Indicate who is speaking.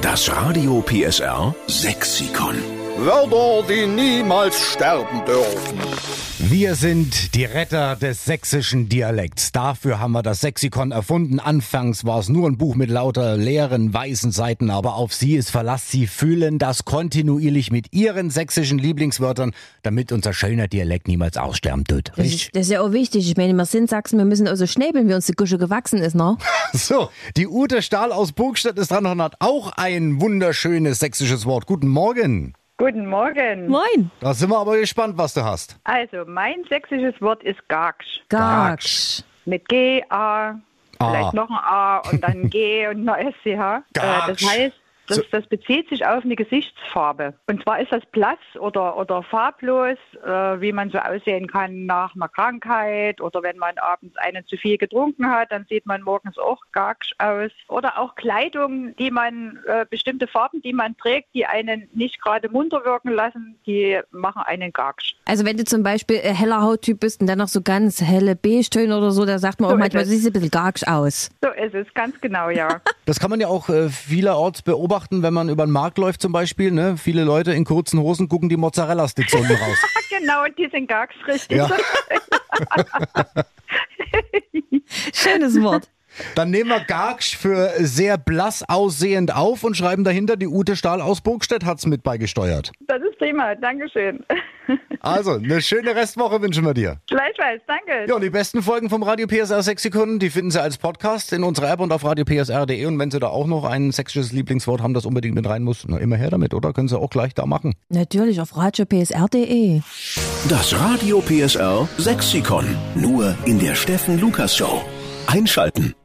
Speaker 1: Das Radio PSR Sexikon.
Speaker 2: Wörter, die niemals sterben dürfen.
Speaker 3: Wir sind die Retter des sächsischen Dialekts. Dafür haben wir das Sexikon erfunden. Anfangs war es nur ein Buch mit lauter leeren, weißen Seiten, aber auf Sie ist Verlass. Sie füllen das kontinuierlich mit Ihren sächsischen Lieblingswörtern, damit unser schöner Dialekt niemals aussterben tut.
Speaker 4: Das ist, das ist ja auch wichtig. Ich meine, wir sind Sachsen, wir müssen auch so schnäbeln, wie uns die Gusche gewachsen ist, ne?
Speaker 3: So, die Ute Stahl aus Burgstadt ist dran und hat auch ein wunderschönes sächsisches Wort. Guten Morgen.
Speaker 5: Guten Morgen.
Speaker 4: Moin.
Speaker 3: Da sind wir aber gespannt, was du hast.
Speaker 5: Also, mein sächsisches Wort ist Gagsch.
Speaker 4: Gatsch.
Speaker 5: Mit G, A, vielleicht noch ein A und dann G und noch SCH. Äh, das
Speaker 3: Gagsch.
Speaker 5: heißt, das, das bezieht sich auf eine Gesichtsfarbe. Und zwar ist das blass oder, oder farblos, äh, wie man so aussehen kann nach einer Krankheit oder wenn man abends einen zu viel getrunken hat, dann sieht man morgens auch Gagsch aus. Oder auch Kleidung, die man, äh, bestimmte Farben, die man trägt, die einen nicht gerade munter wirken lassen, die machen einen Gagsch.
Speaker 4: Also wenn du zum Beispiel äh, heller Hauttyp bist und dann noch so ganz helle Beige-Töne oder so, da sagt man auch
Speaker 5: So ist
Speaker 4: manchmal,
Speaker 5: es.
Speaker 4: siehst du ein bisschen garksch aus.
Speaker 5: So ist es, ganz genau, ja.
Speaker 3: Das kann man ja auch äh, vielerorts beobachten, wenn man über den Markt läuft zum Beispiel. Ne? Viele Leute in kurzen Hosen gucken die Mozzarella-Sticks unten raus.
Speaker 5: genau, die sind gar nicht richtig.
Speaker 3: Ja.
Speaker 4: Schönes Wort.
Speaker 3: Dann nehmen wir Garksch für sehr blass aussehend auf und schreiben dahinter, die Ute Stahl aus Burgstedt hat's mit beigesteuert.
Speaker 5: Das ist prima, Dankeschön.
Speaker 3: Also, eine schöne Restwoche wünschen wir dir.
Speaker 5: Gleichfalls, danke.
Speaker 3: Ja, und die besten Folgen vom Radio PSR 6 Sekunden, die finden Sie als Podcast in unserer App und auf radiopsr.de. Und wenn Sie da auch noch ein sächsisches Lieblingswort haben, das unbedingt mit rein muss, na, immer her damit, oder? Können Sie auch gleich da machen.
Speaker 4: Natürlich auf radiopsr.de.
Speaker 1: Das Radio PSR Sexikon. Nur in der Steffen Lukas Show. Einschalten.